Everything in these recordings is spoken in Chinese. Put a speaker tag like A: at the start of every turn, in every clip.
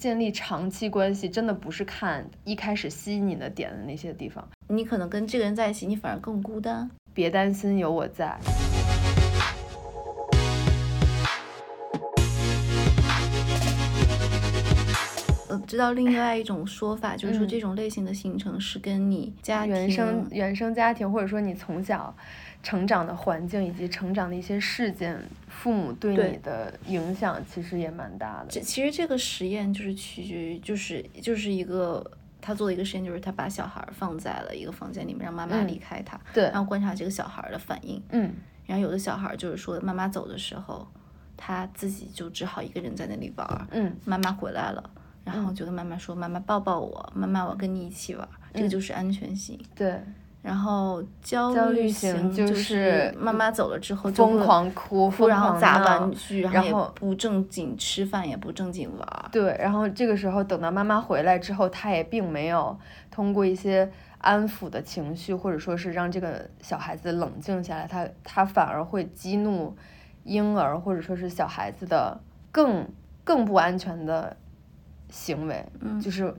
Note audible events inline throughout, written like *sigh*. A: 建立长期关系真的不是看一开始吸引你的点的那些地方。
B: 你可能跟这个人在一起，你反而更孤单。
A: 别担心，有我在。
B: 呃，知道另外一种说法，就是说
A: 嗯
B: 这种类型的形成是跟你家庭
A: 原生原生家庭，或者说你从小成长的环境以及成长的一些事件，父母对
B: 对
A: 你的影响其实也蛮大的。
B: 这其实这个实验就是取决于，就是就是一个他做的一个实验，就是他把小孩儿放在了一个房间里面，让妈妈
A: 嗯
B: 离开他，
A: 对
B: 然，后观察这个小孩儿的反应。
A: 嗯，
B: 然后有的小孩儿就是说，妈妈走的时候，他自己就只好一个人在那里玩儿。
A: 嗯，
B: 妈妈回来了，然后
A: 嗯
B: 就跟妈妈说：“妈妈抱抱我，妈妈我跟你一起玩儿。”这
A: 嗯
B: 个就是安全型。
A: 对，
B: 然后焦
A: 焦虑
B: 型
A: 型就
B: 就是妈妈走了之后就
A: 疯
B: 会
A: 狂哭，
B: 哭，
A: 疯
B: 然后
A: 狂
B: 砸
A: 闹
B: 玩具，
A: 然
B: 然后也
A: 后
B: 不正经吃饭，也不正经玩儿。
A: 对，然后这个时候等到妈妈回来之后，她也并没有通过一些安抚的情绪，或者说是让这个小孩子冷静下来，她她反而会激怒婴儿或者说是小孩子的更更不安全的行为，
B: 嗯
A: 就是。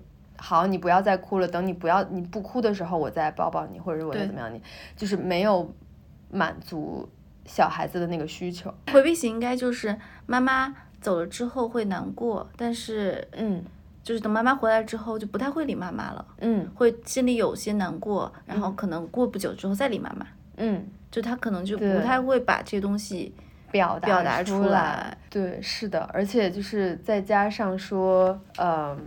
A: 好，你不要再哭了。等你不要你不哭的时候，我再抱抱你，或者是我再
B: 对
A: 怎么样你，就是没有满足小孩子的那个需求。
B: 回避型应该就是妈妈走了之后会难过，但是
A: 嗯
B: 就是等妈妈回来之后就不太会理妈妈了，
A: 嗯
B: 会心里有些难过，然后
A: 嗯
B: 可能过不久之后再理妈妈，
A: 嗯，
B: 就她可能就不
A: 对
B: 太会把这东西
A: 表达
B: 表达
A: 出
B: 出来。
A: 对，是的，而且就是再加上说，嗯，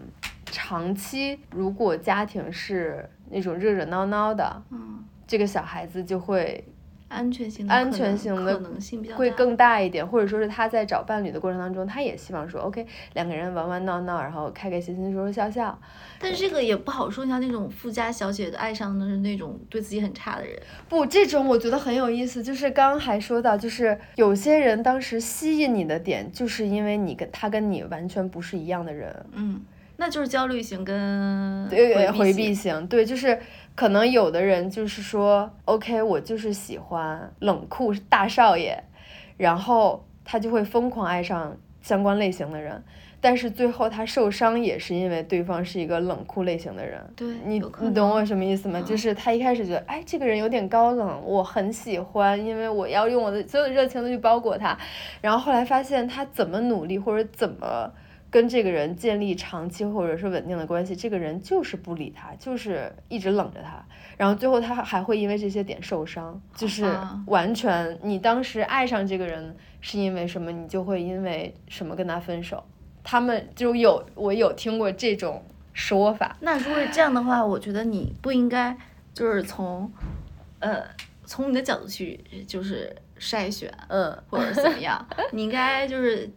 A: 长期如果家庭是那种热热闹闹的，
B: 嗯，
A: 这个小孩子就会
B: 安全型的
A: 安
B: 可
A: 全
B: 能
A: 型的
B: 可能性比较
A: 会
B: 大
A: 更大一点，或者说是他在找伴侣的过程当中，他也希望说，OK，两个人玩玩闹闹，然后开开心心说说笑笑，
B: 但是这个也不好说，像那种富家小姐的爱上的是那种对自己很差的人，
A: 不，这种我觉得很有意思，就是刚刚还说到，就是有些人当时吸引你的点，就是因为你跟他跟你完全不是一样的人，
B: 嗯，那就是焦虑型跟
A: 对嗯回避
B: 避型，
A: 型，对，就是可能有的人就是说，OK，我就是喜欢冷酷大少爷，然后他就会疯狂爱上相关类型的人，但是最后他受伤也是因为对方是一个冷酷类型的人。
B: 对，
A: 你
B: 有可
A: 你懂
B: 能
A: 我什么意思吗？
B: 嗯
A: 就是他一开始觉得，哎，这个人有点高冷，我很喜欢，因为我要用我的所有的热情都去包裹他。然后后来发现他怎么努力或者怎么跟这个人建立长期或者是稳定的关系，这个人就是不理他，就是一直冷着他。然后最后他还会因为这些点受伤，
B: 啊
A: 就是
B: 吧
A: 完全你当时爱上这个人是因为什么，你就会因为什么跟他分手。他们就有我有听过这种说法，
B: 那如果是这样的话，我觉得你不应该就是从，呃，从你的角度去就是筛选
A: 嗯。
B: 或者怎么样，你应该就是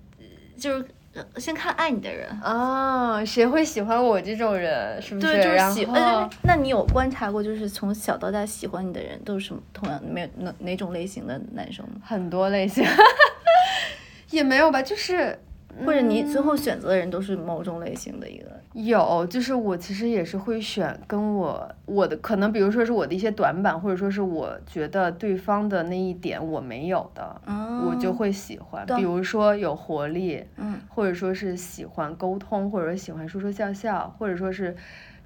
B: 就是呃先看爱你
A: *laughs*
B: 的人，
A: 哦，谁会喜欢我这种人？是不
B: 对，就是
A: 然
B: 喜，
A: 后
B: 呃，那你有观察过就是从小到大喜欢你的人都是什么同样没有哪哪种类型的男生吗？
A: 很多类型， *laughs* 也没有吧，就是
B: 或者你最后
A: 嗯
B: 选择的人都是某种类型的一个？
A: 有，就是我其实也是会选跟我我的可能，比如说是我的一些短板，或者说是我觉得对方的那一点我没有的，我就
B: 哦
A: 会喜欢。
B: 懂
A: 比如说有活力，
B: 嗯，
A: 或者说是喜欢沟通，或者说喜欢说说笑笑，或者说是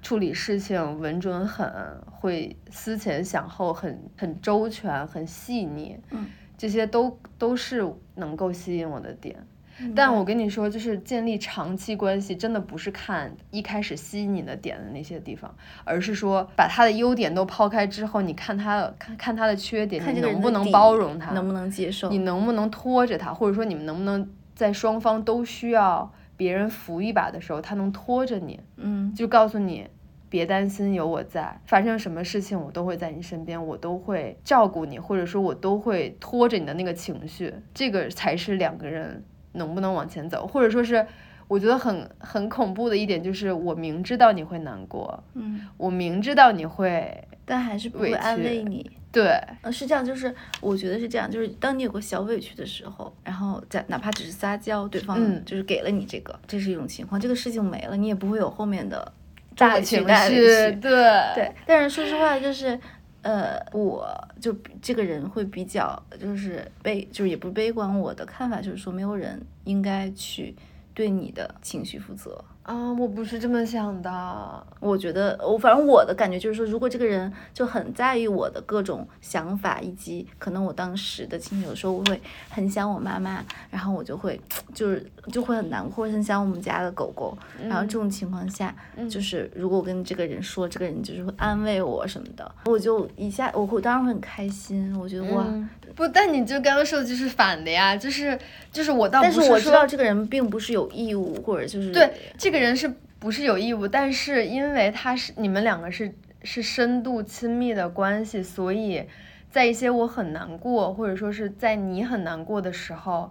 A: 处理事情稳准狠，会思前想后，很很周全，很细腻，
B: 嗯，
A: 这些都都是能够吸引我的点。
B: 明
A: 但
B: 白
A: 我跟你说，就是建立长期关系，真的不是看一开始吸引你的点的那些地方，而是说把他的优点都抛开之后，你看他的看看他的缺点，
B: 看
A: 你
B: 这个人
A: 能不
B: 的
A: 能
B: 底
A: 包容他，
B: 能不能接受
A: 你？能不能拖着他，或者说你们能不能在双方都需要别人扶一把的时候，他能拖着你，
B: 嗯，
A: 就告诉你。别担心，有我在。发生什么事情，我都会在你身边，我都会照顾你，或者说我都会拖着你的那个情绪。这个才是两个人能不能往前走，或者说是我觉得很很恐怖的一点，就是我明知道你会难过，
B: 嗯，
A: 我明知道你会
B: 但还是不
A: 委
B: 会安
A: 屈
B: 慰你。
A: 对，
B: 呃，是这样，就是我觉得是这样，就是当你有个小委屈的时候，然后在哪怕只是撒娇，对方
A: 嗯
B: 就是给了你这个，这是一种情况，这个事情没了，你也不会有后面的
A: 大
B: 委屈
A: 情绪，
B: 大委
A: 对
B: 屈对。但是说实话，就是呃，我就比这个人会比较就是悲，就是也不悲观，我的看法就是说，没有人应该去对你的情绪负责。
A: 啊，我不是这么想的。
B: 我觉得，我反正我的感觉就是说，如果这个人就很在意我的各种想法，以及可能我当时的情绪，有时候我会很想我妈妈，然后我就会就是就会很难过，很想我们家的狗狗。然后这种情况下，
A: 嗯
B: 就是如果我跟这个人说，这个人就是会安慰我什么的，我就一下我会当然会很开心，我觉得哇。
A: 嗯不，但你就刚刚说的就是反的呀，就是就是我倒
B: 但
A: 啊不
B: 是
A: 是
B: 我知
A: 说
B: 道这个人并不是有义务，或者就是
A: 对这个人是不是有义务，但是因为他是你们两个是是深度亲密的关系，所以在一些我很难过，或者说是在你很难过的时候，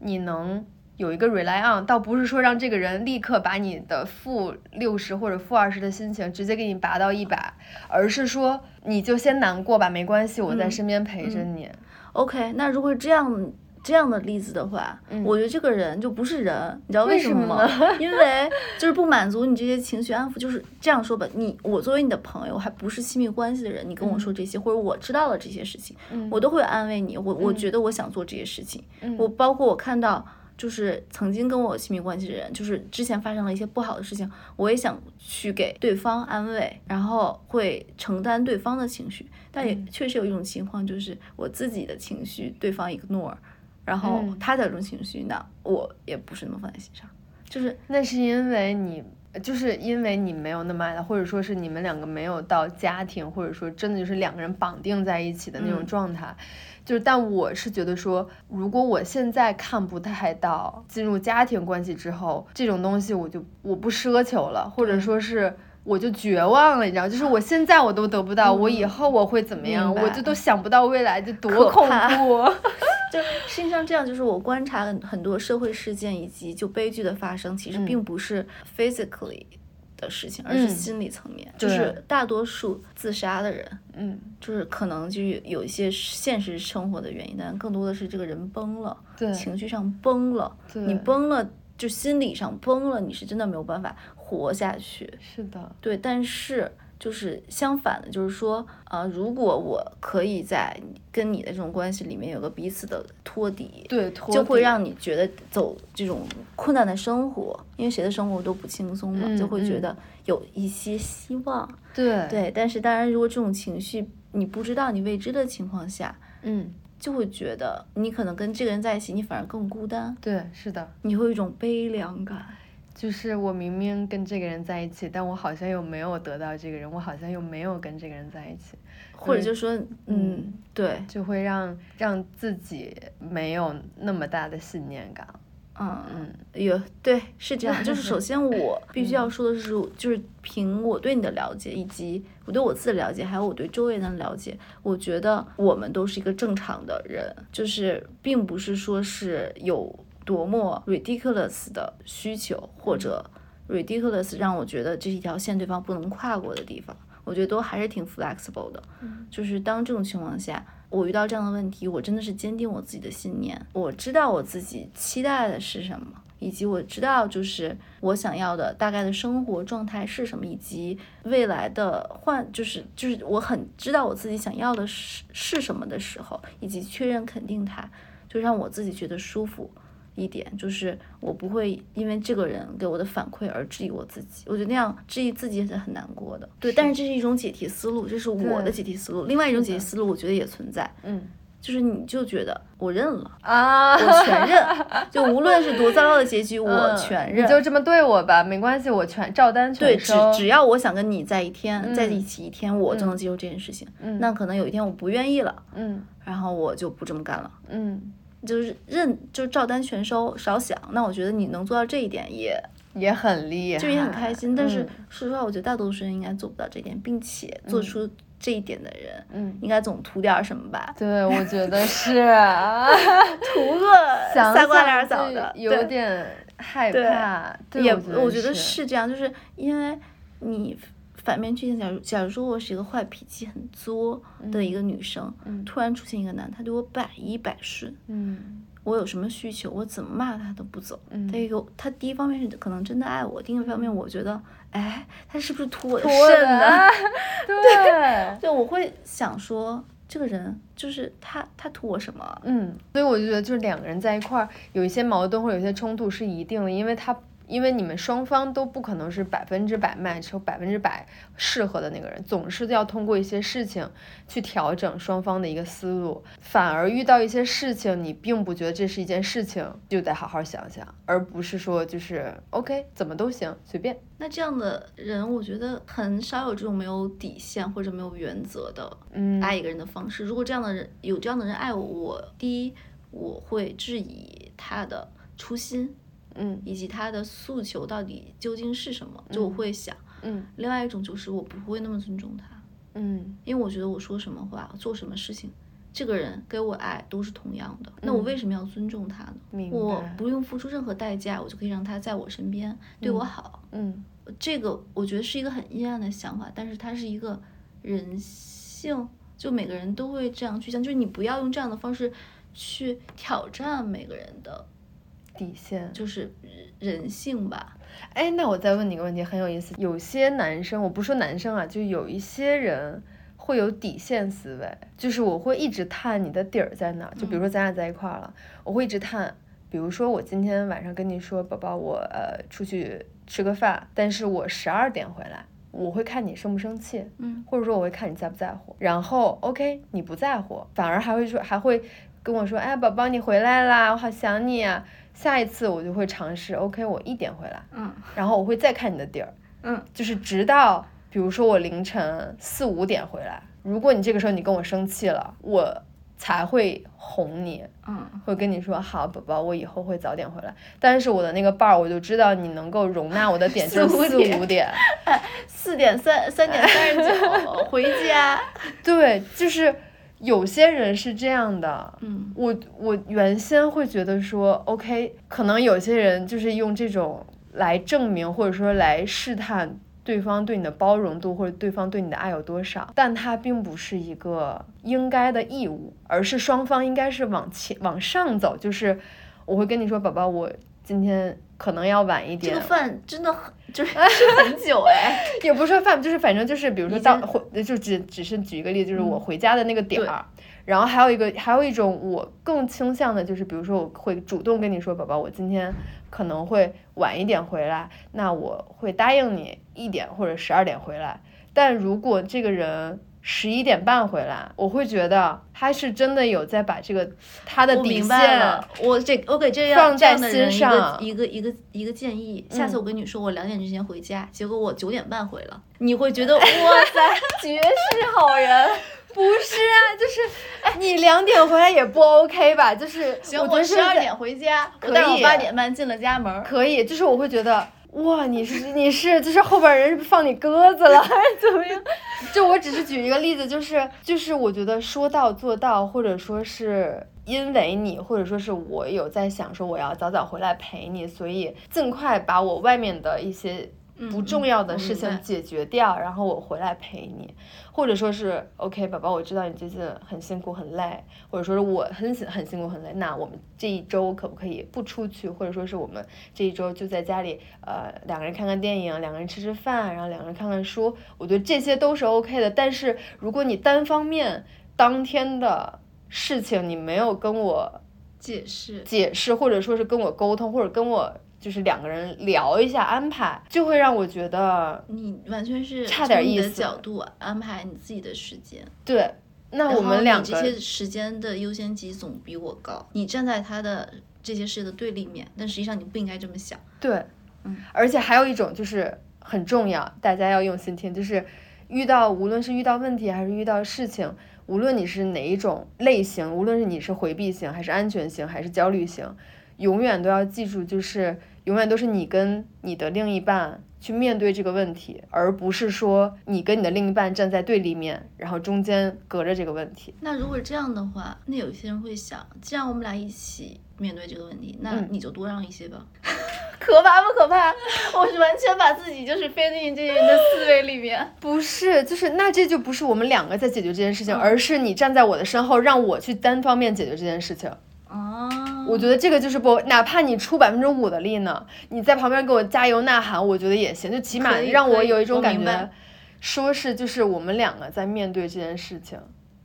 A: 你能。有一个 rely on，倒不是说让这个人立刻把你的负六十或者负二十的心情直接给你拔到一百，而是说你就先难过吧，没关系，我在
B: 嗯
A: 身边陪着你。
B: OK，那如果是这样这样的例子的话，
A: 嗯
B: 我觉得这个人就不是人，你知道
A: 为
B: 什
A: 什
B: 么
A: 么
B: 吗？因为就是不满足你这些情绪安抚，就是这样说吧，你我作为你的朋友，还不是亲密关系的人，你跟我说这些，或者我知道了这些事情，
A: 嗯
B: 我都会安慰你。我我
A: 嗯
B: 觉得我想做这些事情，
A: 嗯
B: 我包括我看到。就是曾经跟我有亲密关系的人，就是之前发生了一些不好的事情，我也想去给对方安慰，然后会承担对方的情绪，但也
A: 嗯
B: 确实有一种情况，就是我自己的情绪对方 ignore，然后
A: 嗯
B: 他的这种情绪呢，我也不是那么放在心上，就是
A: 那是因为你，呃就是因为你没有那么爱他，或者说是你们两个没有到家庭，或者说真的就是两个人绑定在一起的那种
B: 嗯
A: 状态。就是，但我是觉得说，如果我现在看不太到进入家庭关系之后这种东西，我就我不奢求了，或者
B: 对
A: 说是。我就绝望了，你知道，就是我现在我都得不到，我以
B: 嗯
A: 后我会怎么样，
B: 明
A: 我
B: 白
A: 就都想不到未来，就多
B: 可
A: 恐
B: 怕 *laughs*
A: 怖。
B: 就是实际上这样，就是我观察很很多社会事件以及就悲剧的发生，其实
A: 嗯
B: 并不是 physically 的事情，而是
A: 嗯
B: 心理层面，
A: 对
B: 就是大多数自杀的人。
A: 嗯，
B: 就是可能就有有一些现实生活的原因，但更多的是这个人崩了，
A: 对，
B: 情绪上崩了，
A: 对
B: 你崩了，就心理上崩了，你是真的没有办法活下去。
A: 是的，
B: 对，但是就是相反的，就是说，呃，如果我可以在跟你的这种关系里面有个彼此的托底，
A: 对，托
B: 就会
A: 底
B: 让你觉得走这种困难的生活，因为谁的生活都不轻松嘛，就
A: 嗯
B: 会觉
A: 嗯
B: 得有一些希望。
A: 对，
B: 对，但是当然，如果这种情绪你不知道、你未知的情况下，
A: 嗯，
B: 就会觉得你可能跟这个人在一起，你反而更孤单，
A: 对，是的。
B: 你会有一种悲凉感。
A: 就是我明明跟这个人在一起，但我好像又没有得到这个人，我好像又没有跟这个人在一起，
B: 或
A: 嗯
B: 者就说，嗯
A: 嗯，
B: 对，
A: 就会让让自己没有那么大的信念感。
B: 嗯，
A: 嗯
B: 有对，是这样。就是首先我必须要说的是，就是凭我对你的了解，以及我对我自己的了解，还有我对周围人的了解，我觉得我们都是一个正常的人，就是并不是说是有多么 ridiculous 的需求，或者 ridiculous 让我觉得这是一条线对方不能跨过的地方。我觉得都还是挺 flexible 的，就是当这种情况下，我遇到这样的问题，我真的是坚定我自己的信念，我知道我自己期待的是什么，以及我知道就是我想要的大概的生活状态是什么，以及未来的换就是就是我很知道我自己想要的是是什么的时候，以及确认肯定它，就让我自己觉得舒服。一点就是我不会因为这个人给我的反馈而质疑我自己，我觉得那样质疑自己是很难过的。对，
A: 是
B: 但是这是一种解题思路，这是我的
A: 对
B: 解题思路。另外一种
A: 是
B: 解题
A: 的
B: 思路，我觉得也存在，
A: 嗯
B: 就是你就觉得我认了，
A: 啊，
B: 我全认，就无论是多糟糕的结
A: *laughs*
B: 局，我
A: 嗯
B: 全
A: 你就
B: 认。
A: 这么对我吧，没关系，我全照单
B: 对，
A: 全
B: 只
A: 收。
B: 只要我想跟你在一天，在
A: 嗯
B: 一起一天，我就能接受这件事情。
A: 嗯
B: 那可能有一天我不愿意了，
A: 嗯
B: 然后我就不这么干了，
A: 嗯，
B: 就是认，就是照单全收，少想。那我觉得你能做到这一点也
A: 也很厉害，
B: 就也很开心。但是
A: 嗯
B: 说实话，我觉得大多数人应该做不到这一点，并且
A: 嗯
B: 做出这一点的人，
A: 嗯。
B: 应该总图点儿什么吧，
A: 对，我觉得是啊
B: *laughs* 图个
A: 想
B: 三瓜俩
A: 想
B: 枣
A: 就
B: 的，
A: 有
B: 对
A: 点害
B: 对
A: 怕。对
B: 也
A: 我
B: 觉得
A: 是，
B: 是这样，就是因为你反面去想，假如假如说我是一个坏脾气很作的一个女生，
A: 嗯
B: 突然出现一个男，他对我百依百顺，
A: 嗯
B: 我有什么需求，我怎么骂他都不走。
A: 嗯，
B: 他有他第一方面是可能真的爱我，另一方面我觉得，哎，他是不是图我的
A: 多
B: 肾
A: 的啊
B: 呢？， *laughs*
A: 对，
B: 对，我会想说，这个人就是他，他图我什么？啊
A: 嗯，所以我就觉得，就是两个人在一块儿有一些矛盾或者有一些冲突是一定的，因为他因为你们双方都不可能是百分之百 match 和百分之百适合的那个人，总是要通过一些事情去调整双方的一个思路。反而遇到一些事情，你并不觉得这是一件事情，就得好好想想，而不是说就是 OK 怎么都行，随便。
B: 那这样的人，我觉得很少有这种没有底线或者没有原则的
A: 嗯，
B: 爱一个人的方式。如果这样的人有这样的人爱我，我第一我会质疑他的初心，
A: 嗯
B: 以及他的诉求到底究竟是什么，就我
A: 嗯
B: 会想。
A: 嗯
B: 另外一种就是我不会那么尊重他，
A: 嗯
B: 因为我觉得我说什么话，做什么事情，这个人给我爱都是同样的，那我
A: 嗯
B: 为什么要尊重他呢？
A: 明
B: 我
A: 白
B: 不用付出任何代价，我就可以让他在我身边对我
A: 嗯
B: 好。
A: 嗯
B: 这个我觉得是一个很阴暗的想法，但是它是一个人性，就每个人都会这样去想，就是你不要用这样的方式去挑战每个人的
A: 底线。
B: 就是人性吧。
A: 哎，那我再问你个问题，很有意思。有些男生，我不说男生啊，就有一些人会有底线思维，就是我会一直探你的底儿在哪儿。就比如说咱俩在一块儿了，我会一直探。比如说我今天晚上跟你说，宝宝我呃出去吃个饭，但是我十二点回来，我会看你生不生气。
B: 嗯，
A: 或者说我会看你在不在乎，然后 OK 你不在乎，反而还会说还会跟我说，哎宝宝你回来啦，我好想你啊。下一次我就会尝试 OK 我一点回来，
B: 嗯
A: 然后我会再看你的底儿，
B: 嗯，
A: 就是直到比如说我凌晨四五点回来，如果你这个时候你跟我生气了，我才会哄你，
B: 嗯，
A: 会跟你说好宝宝，我以后会早点回来。但是我的那个伴儿，我就知道你能够容纳我的
B: *laughs*
A: 点就是
B: 四五
A: 四
B: 点
A: 五点。
B: *laughs* 四点三三点三十九回家。
A: 对，就是有些人是这样的。
B: 嗯
A: 我我原先会觉得说，OK，可能有些人就是用这种来证明或者说来试探对方对你的包容度或者对方对你的爱有多少，但它并不是一个应该的义务，而是双方应该是往前往上走，就是我会跟你说，宝宝，我今天可能要晚一
B: 这
A: 点，
B: 个饭真的很 *laughs* 就是吃很久哎。
A: 也不是说饭，就是反正就是，比如说
B: 已
A: 到
B: 经
A: 回，就只只是举一个例子，就是我
B: 嗯
A: 回家的那个点
B: 对
A: 儿。然后还有一个，还有一种我更倾向的就是，比如说我会主动跟你说，宝宝，我今天可能会晚一点回来，那我会答应你一点或者十二点回来。但如果这个人十一点半回来，我会觉得他是真的有在把这个他的
B: 我
A: 底
B: 明白
A: 线
B: 了，我这我给这
A: 放
B: 样这
A: 在
B: 样的人
A: 心
B: 一个
A: 上嗯
B: 一个一个一个建议，下次我跟你说我两点之前回家，结果我九点半回了，你会觉得哇塞， *laughs* 绝世好人。
A: 不是啊，就是你两点回来也不 OK 吧？就是
B: 行，
A: 我觉
B: 我
A: 得是
B: 十二
A: 在
B: 点回家，
A: 可
B: 我但是我
A: 以
B: 八点半进了家门儿。
A: 可以，就是我会觉得。哇，你是你是，就是后边人是不是放你鸽子了还 *laughs* 是怎么样？就我只是举一个例子，就是就是我觉得说到做到，或者说是因为你，或者说是我有在想说我要早早回来陪你，所以尽快把我外面的一些不
B: 嗯
A: 重要的
B: 我
A: 事
B: 明白
A: 情解决掉，然后我回来陪你，或者说是 OK，宝宝，我知道你最近很辛苦很累，或者说是我很辛很辛苦很累，那我们这一周可不可以不出去，或者说是我们这一周就在家里，呃，两个人看看电影，两个人吃吃饭，然后两个人看看书，我觉得这些都是 OK 的。但是如果你单方面当天的事情你没有跟我
B: 解释，
A: 解释，或者说是跟我沟通，或者跟我就是两个人聊一下安排，就会让我觉得
B: 你完全是
A: 差点
B: 从你
A: 意
B: 的
A: 思
B: 角度安排你自己的时间。
A: 对。那
B: 然
A: 我
B: 后
A: 们
B: 你
A: 两个
B: 这些时间的优先级总比我高，你站在他的这些事的对立面，但实际上你不应该这么想。
A: 对，
B: 嗯
A: 而且还有一种就是很重要，大家要用心听，就是遇到无论是遇到问题还是遇到事情，无论你是哪一种类型，无论是你是回避型还是安全型还是焦虑型，永远都要记住，就是永远都是你跟你的另一半。去面对这个问题，而不是说你跟你的另一半站在对立面，然后中间隔着这个问题。
B: 那如果这样的话，那有些人会想，既然我们俩一起面对这个问题，那
A: 嗯
B: 你就多让一些吧。 *laughs* 可怕不可怕？ *laughs* 我是完全把自己就是飞进这些人的思维里面。
A: 不是，就是那这就不是我们两个在解决这件事情，
B: 嗯
A: 而是你站在我的身后，让我去单方面解决这件事情。
B: *laughs* 哦，
A: 我觉得这个就是不，哪怕你出百分之五的力呢，你在旁边给我加油呐喊，我觉得也行，就起码
B: 可以
A: 让
B: 可
A: 我
B: 以
A: 有一种
B: 我
A: 感
B: 明白
A: 觉，说是就是我们两个在面对这件事情，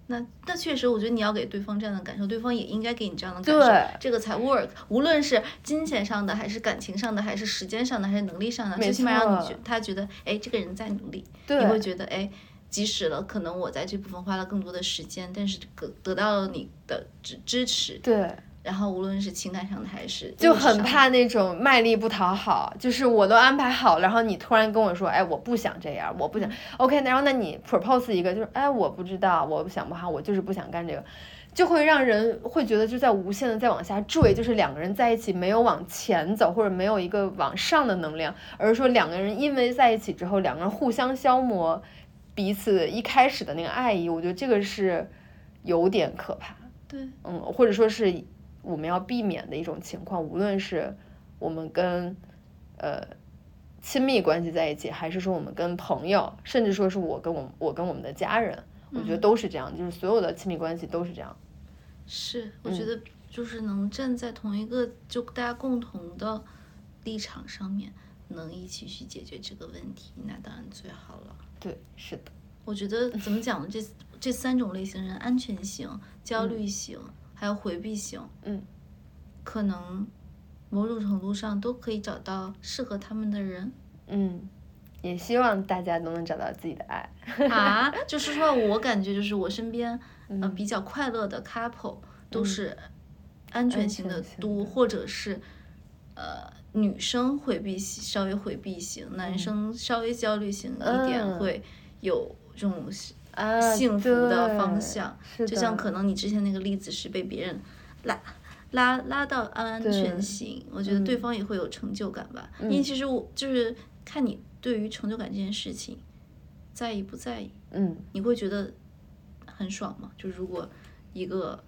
B: 那那确实，我觉得你要给对方这样的感受，对方也应该给你这样的感
A: 对
B: 受，这个才 work。无论是金钱上的，还是感情上的，还是时间上的，还是能力上的，
A: 没
B: 最起码让你
A: 错
B: 觉他觉得，哎，这个人在努力，
A: 对
B: 你会觉得，哎，即使了可能我在这部分花了更多的时间，但是得得到了你的支支持，
A: 对，
B: 然后无论是情感上的还是
A: 就
B: 物质上
A: 很
B: 的
A: 怕那种卖力不讨好，就是我都安排好了，然后你突然跟我说，哎，我不想这样，我不想，OK，然后那你 propose 一个，就是哎，我不知道，我想不好，我就是不想干这个，就会让人会觉得就在无限的在往下坠，就是两个人在一起没有往前走，或者没有一个往上的能量，而是说两个人因为在一起之后，两个人互相消磨彼此一开始的那个爱意，我觉得这个是有点可怕。
B: 对。
A: 嗯，或者说是我们要避免的一种情况，无论是我们跟呃亲密关系在一起，还是说我们跟朋友，甚至说是我跟我我跟我们的家人，我
B: 嗯
A: 觉得都是这样，就是所有的亲密关系都是这样。
B: 是，我
A: 嗯
B: 觉得就是能站在同一个就大家共同的立场上面，能一起去解决这个问题，那当然最好了。
A: 对，是的，
B: 我觉得怎么讲呢？这这三种类型人，安全型、焦虑型，还有回避型，
A: 嗯，
B: 可能某种程度上都可以找到适合他们
A: *laughs*
B: 的人
A: 嗯，也希望大家都能找到自己的爱。
B: 啊。就是说我感觉就是我身边，
A: 嗯
B: 呃，比较快乐的 couple 都是安全型的
A: 安全型
B: 多，
A: 的
B: 或者是呃女生回避型稍微回避型，男生稍微焦虑型一点，
A: 嗯
B: 会有这种
A: 啊，
B: 幸福的方
A: 对
B: 向。
A: 是
B: 就像
A: 的
B: 可能你之前那个例子是被别人拉拉拉到安全
A: 对
B: 型，我觉得对
A: 嗯
B: 方也会有成就感吧。因为其实我就是看你对于成就感这件事情在意不在意，
A: 嗯，
B: 你会觉得很爽吗？就如果一个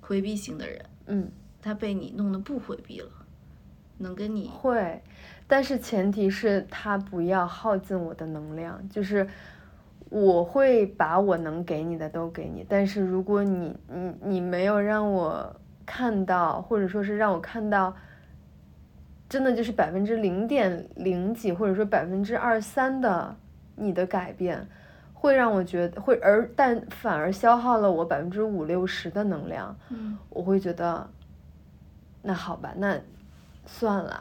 B: 回避型的人，
A: 嗯，
B: 他被你弄得不回避了，能跟你
A: 会，但是前提是他不要耗尽我的能量，就是我会把我能给你的都给你，但是如果你你你没有让我看到，或者说是让我看到，真的就是百分之零点零几，或者说百分之二三的你的改变。会让我觉得会，而但反而消耗了我百分之五六十的能量，
B: 嗯，
A: 我会觉得，那好吧，那算了，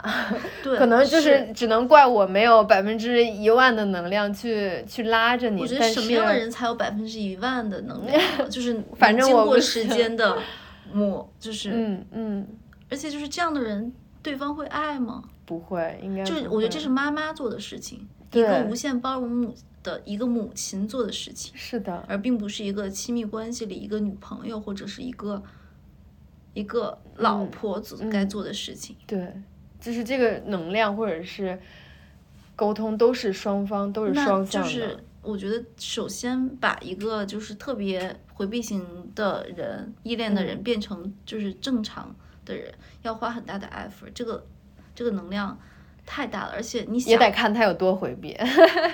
B: 对，
A: 可能就是是只能怪我没有百分之一万的能量去去拉着你。
B: 我觉得
A: 但
B: 什么
A: 是
B: 样的人才有百分之一万的能量？啊就是能
A: *laughs* 反正
B: 经
A: 我
B: 过
A: 不
B: 时
A: 是
B: 间的 *laughs* 磨，就是、
A: 嗯嗯，
B: 而且就是这样的人，对方会爱吗？
A: 不会，应该
B: 就是
A: 不
B: 我觉
A: 会
B: 得这是妈妈做的事情，一
A: 对
B: 个无限包容母的一个母亲做的事情，
A: 是的，
B: 而并不是一个亲密关系里一个女朋友或者是一个一个老
A: 嗯
B: 婆做该做的事情。
A: 对，就是这个能量或者是沟通都是双方都是
B: 那
A: 双向
B: 就
A: 的，
B: 是我觉得，首先把一个就是特别回避型的人、依恋的
A: 嗯
B: 人变成就是正常的人，要花很大的 effort，这个这个能量太大了，而且你
A: 也
B: 想，
A: 得看他有多回
B: *laughs*
A: 避。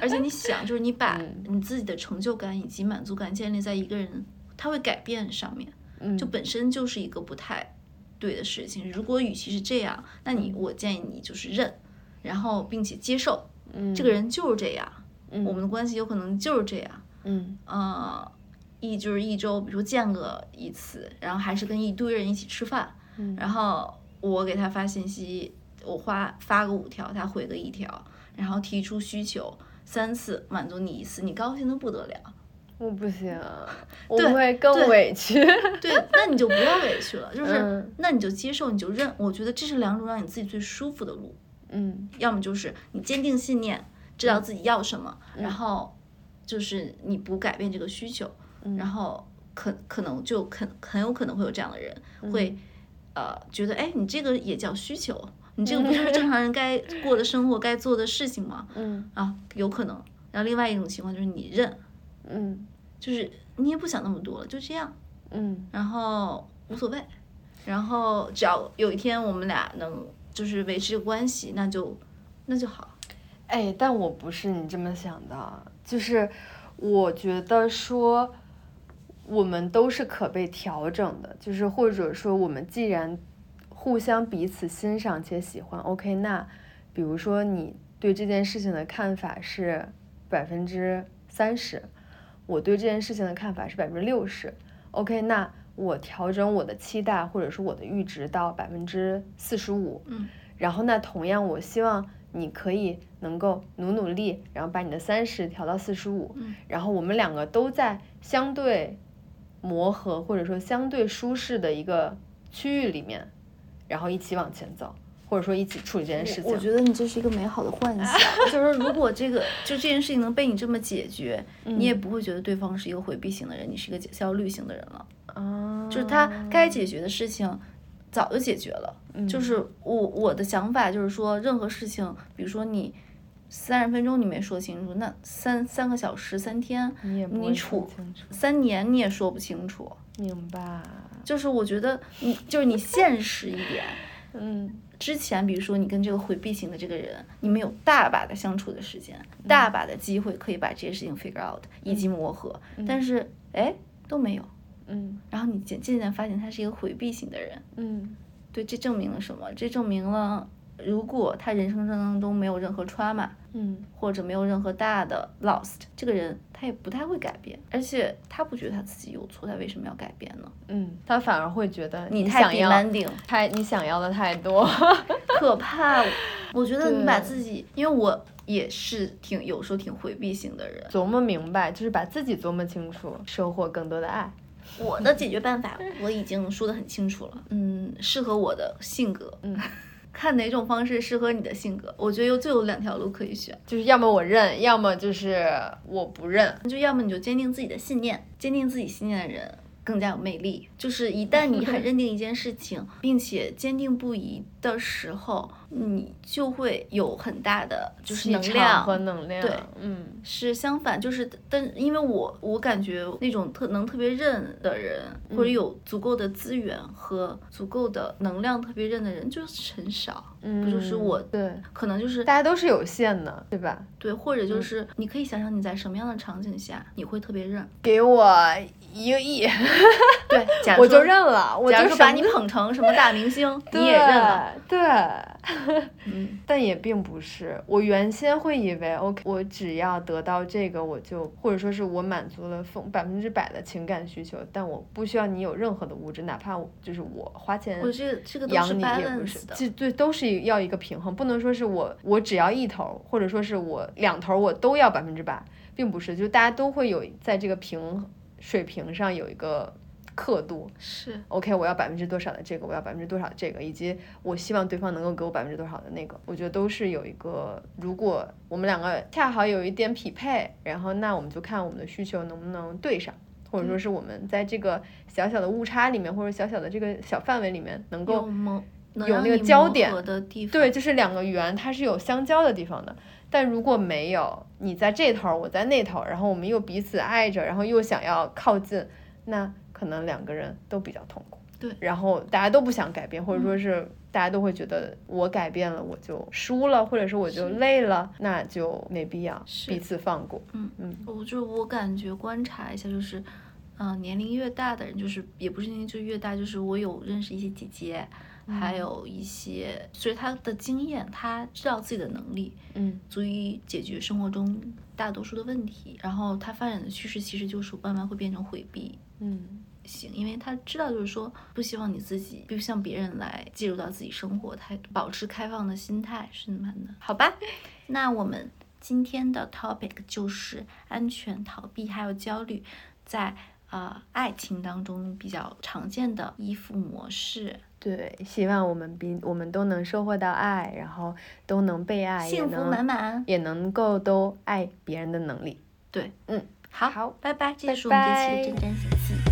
B: 而且你想，就是你把
A: 嗯
B: 你自己的成就感以及满足感建立在一个人他会改变上面，
A: 嗯，
B: 就本身就是一个不太对的事情。如果与其是这样，那你我建议你就是认，然后并且接受，
A: 嗯
B: 这个人就是这样，
A: 嗯
B: 我们的关系有可能就是这样。
A: 嗯
B: 呃，一就是一周，比如说见个一次，然后还是跟一堆人一起吃饭，
A: 嗯
B: 然后我给他发信息，我发发个五条，他回个一条，然后提出需求三次，满足你一次，你高兴的不得了。 *laughs*
A: 我不行，我
B: 对
A: 会更
B: 对
A: 委
B: *laughs*
A: 屈。
B: 对，那你就不要委屈了，就是、
A: 嗯
B: 那你就接受，你就认。我觉得这是两种让你自己最舒服的路，
A: 嗯
B: 要么就是你坚定信念，知道自己要什么，然后就是你不改变这个需求，
A: 嗯
B: 然后可可能就很很有可能会有这样的人，会呃觉得哎，你这个也叫需求，你这个不就是正常人该过的生活、该做的事情吗？
A: 嗯
B: 啊，有可能。然后另外一种情况就是你认，
A: 嗯
B: 就是你也不想那么多了，就这样，
A: 嗯
B: 然后无所谓，然后只要有一天我们俩能就是维持这个关系，那就那就好。
A: 哎，但我不是你这么想的，就是我觉得说，我们都是可被调整的，就是或者说我们既然互相彼此欣赏且喜欢，OK，那比如说你对这件事情的看法是百分之三十，我对这件事情的看法是百分之六十，OK，那我调整我的期待或者是我的阈值到百分之四十五，
B: 嗯，
A: 然后那同样我希望你可以能够努努力，然后把你的三十调到四十五，
B: 嗯
A: 然后我们两个都在相对磨合或者说相对舒适的一个区域里面，然后一起往前走，或者说一起处理这件事
B: 我
A: 情。
B: 我觉得你这是一个美好的幻
A: *laughs*
B: 想，就是说如果这个就这件事情能被你这么解决，你也
A: 嗯
B: 不会觉得对方是一个回避型的人，你是一个焦虑型的人了。
A: 啊，
B: 就是他该解决的事情早就解决了。
A: 嗯
B: 就是我我的想法就是说，任何事情，比如说你三十分钟你没说清楚，那三三个小时、三天、
A: 你也不
B: 你
A: 会
B: 处
A: 说清楚，
B: 三年你也说不清楚。
A: 明白？
B: 就是我觉得你就是你现实一点。
A: 嗯
B: 之前比如说你跟这个回避型的这个人，你们有大把的相处的时间，大把的机会可以把这些事情 figure out 以及磨合，但是哎都没有。
A: 嗯
B: 然后你渐渐渐发现他是一个回避型的人，
A: 嗯
B: 对，这证明了什么？这证明了，如果他人生当中没有任何 trauma，
A: 嗯
B: 或者没有任何大的 lost，这个人他也不太会改变，而且他不觉得他自己有错，他为什么要改变呢？
A: 嗯，他反而会觉得
B: 你太
A: 想要
B: demanding，
A: 太你想要的太多。
B: 可
A: *laughs*
B: 怕。我觉得你把
A: 对
B: 自己，因为我也是挺有时候挺回避型的人，
A: 琢磨明白，就是把自己琢磨清楚，收获更多的爱。
B: 我的解决办
A: *laughs*
B: 法我已经说的很清楚了，嗯，适合我的性格，
A: 嗯，
B: *laughs* 看哪种方式适合你的性格，我觉得有就有两条路可以选。
A: 就是要么我认，要么就是我不认。
B: 就要么你就坚定自己的信念，坚定自己信念的人更加有魅力。就是一旦你很认定一件
A: *laughs*
B: 事情，并且坚定不移的时候，你就会有很大的就是
A: 气
B: 能
A: 场
B: 量
A: 和能量，
B: 对
A: 嗯
B: 是相反，就是但因为我我感觉那种特能特别认的人，
A: 嗯
B: 或者有足够的资源和足够的能量特别认的人，就是很少。
A: 嗯，
B: 不就是我
A: 对，
B: 可能就是
A: 大家都是有限的，对吧？
B: 对，或者
A: 嗯
B: 就是你可以想想你在什么样的场景下你会特别认。
A: 给我一个亿，
B: 对，假如
A: 我就
B: 说
A: 认了，我
B: 假如
A: 就
B: 说把
A: 什么
B: 你
A: 都
B: 捧成什么大
A: *laughs*
B: 明星，
A: 对
B: 你也认了。
A: 对，
B: 嗯，
A: 但也并不是。我原先会以为，OK，我只要得到这个，我就或者说是我满足了丰百分之百的情感需求，但我不需要你有任何的物质，哪怕我就是我花钱
B: 我这个这个都是
A: 养你也不
B: balance
A: 是，
B: 的。
A: 这对都是要一个平衡，不能说是我我只要一头，或者说是我两头我都要百分之百，并不是，就大家都会有在这个平水平上有一个刻度。
B: 是
A: OK，我要百分之多少的这个，我要百分之多少的这个，以及我希望对方能够给我百分之多少的那个，我觉得都是有一个，如果我们两个恰好有一点匹配，然后那我们就看我们的需求能不能对上，或者说是我们在这个小小的误差里面，或者小小的这个小范围里面能够
B: 有某能
A: 有
B: 让
A: 那个
B: 你
A: 焦
B: 磨
A: 点
B: 合的地方。
A: 对，就是两个圆，它是有相交的地方的。但如果没有，你在这头儿，我在那头儿，然后我们又彼此爱着，然后又想要靠近，那可能两个人都比较痛苦。
B: 对
A: 然后大家都不想改变，或者说
B: 嗯
A: 是大家都会觉得我改变了我就输了，或者是我就是累了，那就没必要
B: 是
A: 彼此放过。
B: 嗯
A: 嗯
B: 我就是我感觉观察一下，就是，嗯、年龄越大的人，就是也不是年龄就越大，就是我有认识一些姐姐，还有一些，所以她的经验，她知道自己的能力，
A: 嗯
B: 足以解决生活中大多数的问题。然后她发展的趋势其实就是慢慢会变成回避。
A: 嗯
B: 型，因为她知道，就是说不希望你自己，不像别人来介入到自己生活态度，保持开放的心态是蛮难，好吧？那我们今天的 topic 就是安全逃避还有焦虑，在呃爱情当中比较常见的依附模式，
A: 对，希望我们比我们都能收获到爱，然后都能被爱，也
B: 幸福满
A: 能
B: 满。
A: 也能够都爱别人的能力。
B: 对，
A: 嗯，
B: 好，
A: 好
B: 拜拜，这就是我
A: 拜
B: 们这期
A: 拜
B: 的真真信息。